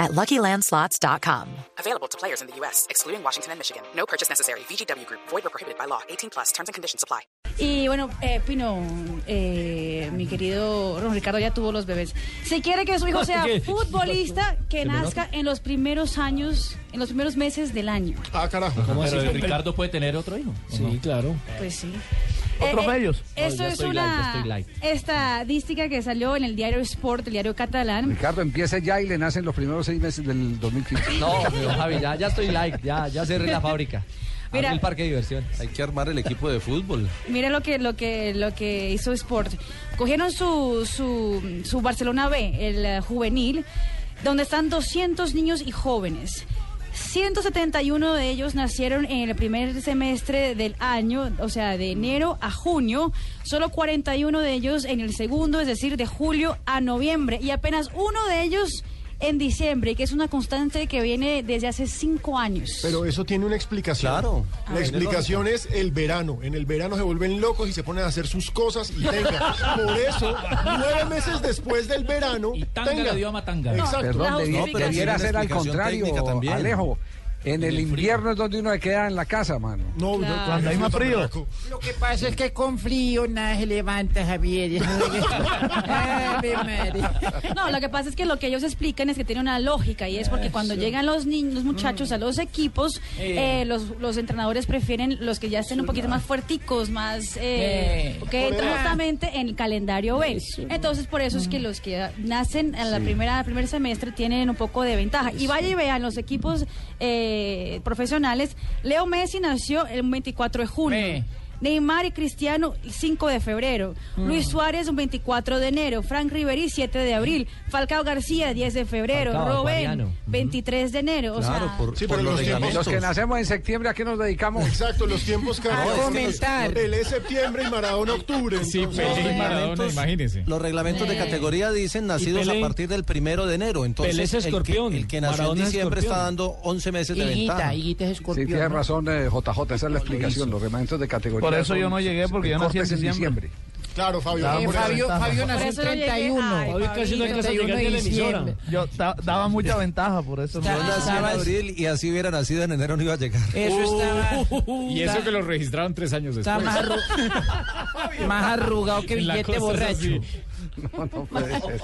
at luckylandslots.com. Available to players in the U.S., excluding Washington and Michigan. No purchase necessary. VGW Group, void or prohibited by law. 18 plus terms and conditions apply. Y bueno, eh, Pino, eh, mi querido don Ricardo ya tuvo los bebés. Si quiere que su hijo sea ¿Qué? futbolista, que nazca en los primeros años, en los primeros meses del año. Ah, carajo. ¿Cómo Pero Ricardo puede tener otro hijo. Sí, claro. Pues sí. Otros Eh, eh, medios. Esto No, ya es estoy light, ya una estoy light. estadística que salió en el diario Sport, el diario catalán. Ricardo, empiece ya y le nacen los primeros seis meses del 2015. No, pero Javi, ya, ya estoy like, ya, ya cerré la fábrica. Abrí Mira. el parque de diversión. Hay que armar el equipo de fútbol. Mira lo que lo que lo que hizo Sport. Cogieron su su, su Barcelona B, el eh, juvenil, donde están 200 niños y jóvenes. 171 de ellos nacieron en el primer semestre del año, o sea, de enero a junio, solo 41 de ellos en el segundo, es decir, de julio a noviembre, y apenas uno de ellos en diciembre, que es una constante que viene desde hace cinco años. Pero eso tiene una explicación. Claro. La explicación es el verano. En el verano se vuelven locos y se ponen a hacer sus cosas y tenga. Por eso, nueve meses después del verano. Y tanga le dio a Matanga. No, Exacto. la Perdón, debi- justificación. No, pero debiera tiene ser al explicación contrario, técnica también. Alejo. En el el frío. invierno es donde uno se queda en la casa, mano. No, no, Claro. cuando hay más frío. Lo que pasa es que con frío nada se levanta, Javier. Ave María. No, lo que pasa es que lo que ellos explican es que tiene una lógica y es porque cuando llegan los niños, los muchachos a los equipos, eh, los, los entrenadores prefieren los que ya estén un poquito más fuerticos, más eh, que entran justamente en el calendario B. Entonces por eso es que los que nacen en la primera primer semestre tienen un poco de ventaja. Y vaya y vean los equipos eh, profesionales. Leo Messi nació el 24 de junio. Ve. Neymar y Cristiano, 5 de febrero. Luis Suárez, un 24 de enero. Frank Riveri, 7 de abril. Falcao García, 10 de febrero. Falcao, Robén, guardiano. Ujú. 23 de enero. O Claro, sea, por, Sí, por pero los los que- reglamentos. Los que nacemos en septiembre, ¿a qué nos dedicamos? Exacto, los tiempos cambian. comentar. Pelé es septiembre y Maradona octubre. Sí, entonces- Pelé y Maradona, reglamentos- imagínese. Los reglamentos Eh, de categoría dicen nacidos a partir del primero de enero. Entonces, Pelé es el que- escorpión, El que, nació en Maradona es diciembre está escorpión. dando 11 meses de Higuita, ventaja. higuita es Sí, escorpión. tiene ¿no? razón eh, JJ, esa es la explicación, los reglamentos de categoría. Por eso yo son- no llegué, porque yo nací en cortes diciembre. Claro, Fabio. Eh, vamos a- Fabio, Fabio Por nació en eso llegué- 31. Ay, Fabio, casi no alcanza a 31 llegar de ni a la emisora. diciembre. Yo da- daba mucha ventaja por eso. Yo nací en Estabas- abril y así hubiera nacido en enero no iba a llegar. Eso estaba, Y eso que lo registraron tres años estaba después. más, arru- más arrugado que En la billete costa es borracho. así. No, no puede ser.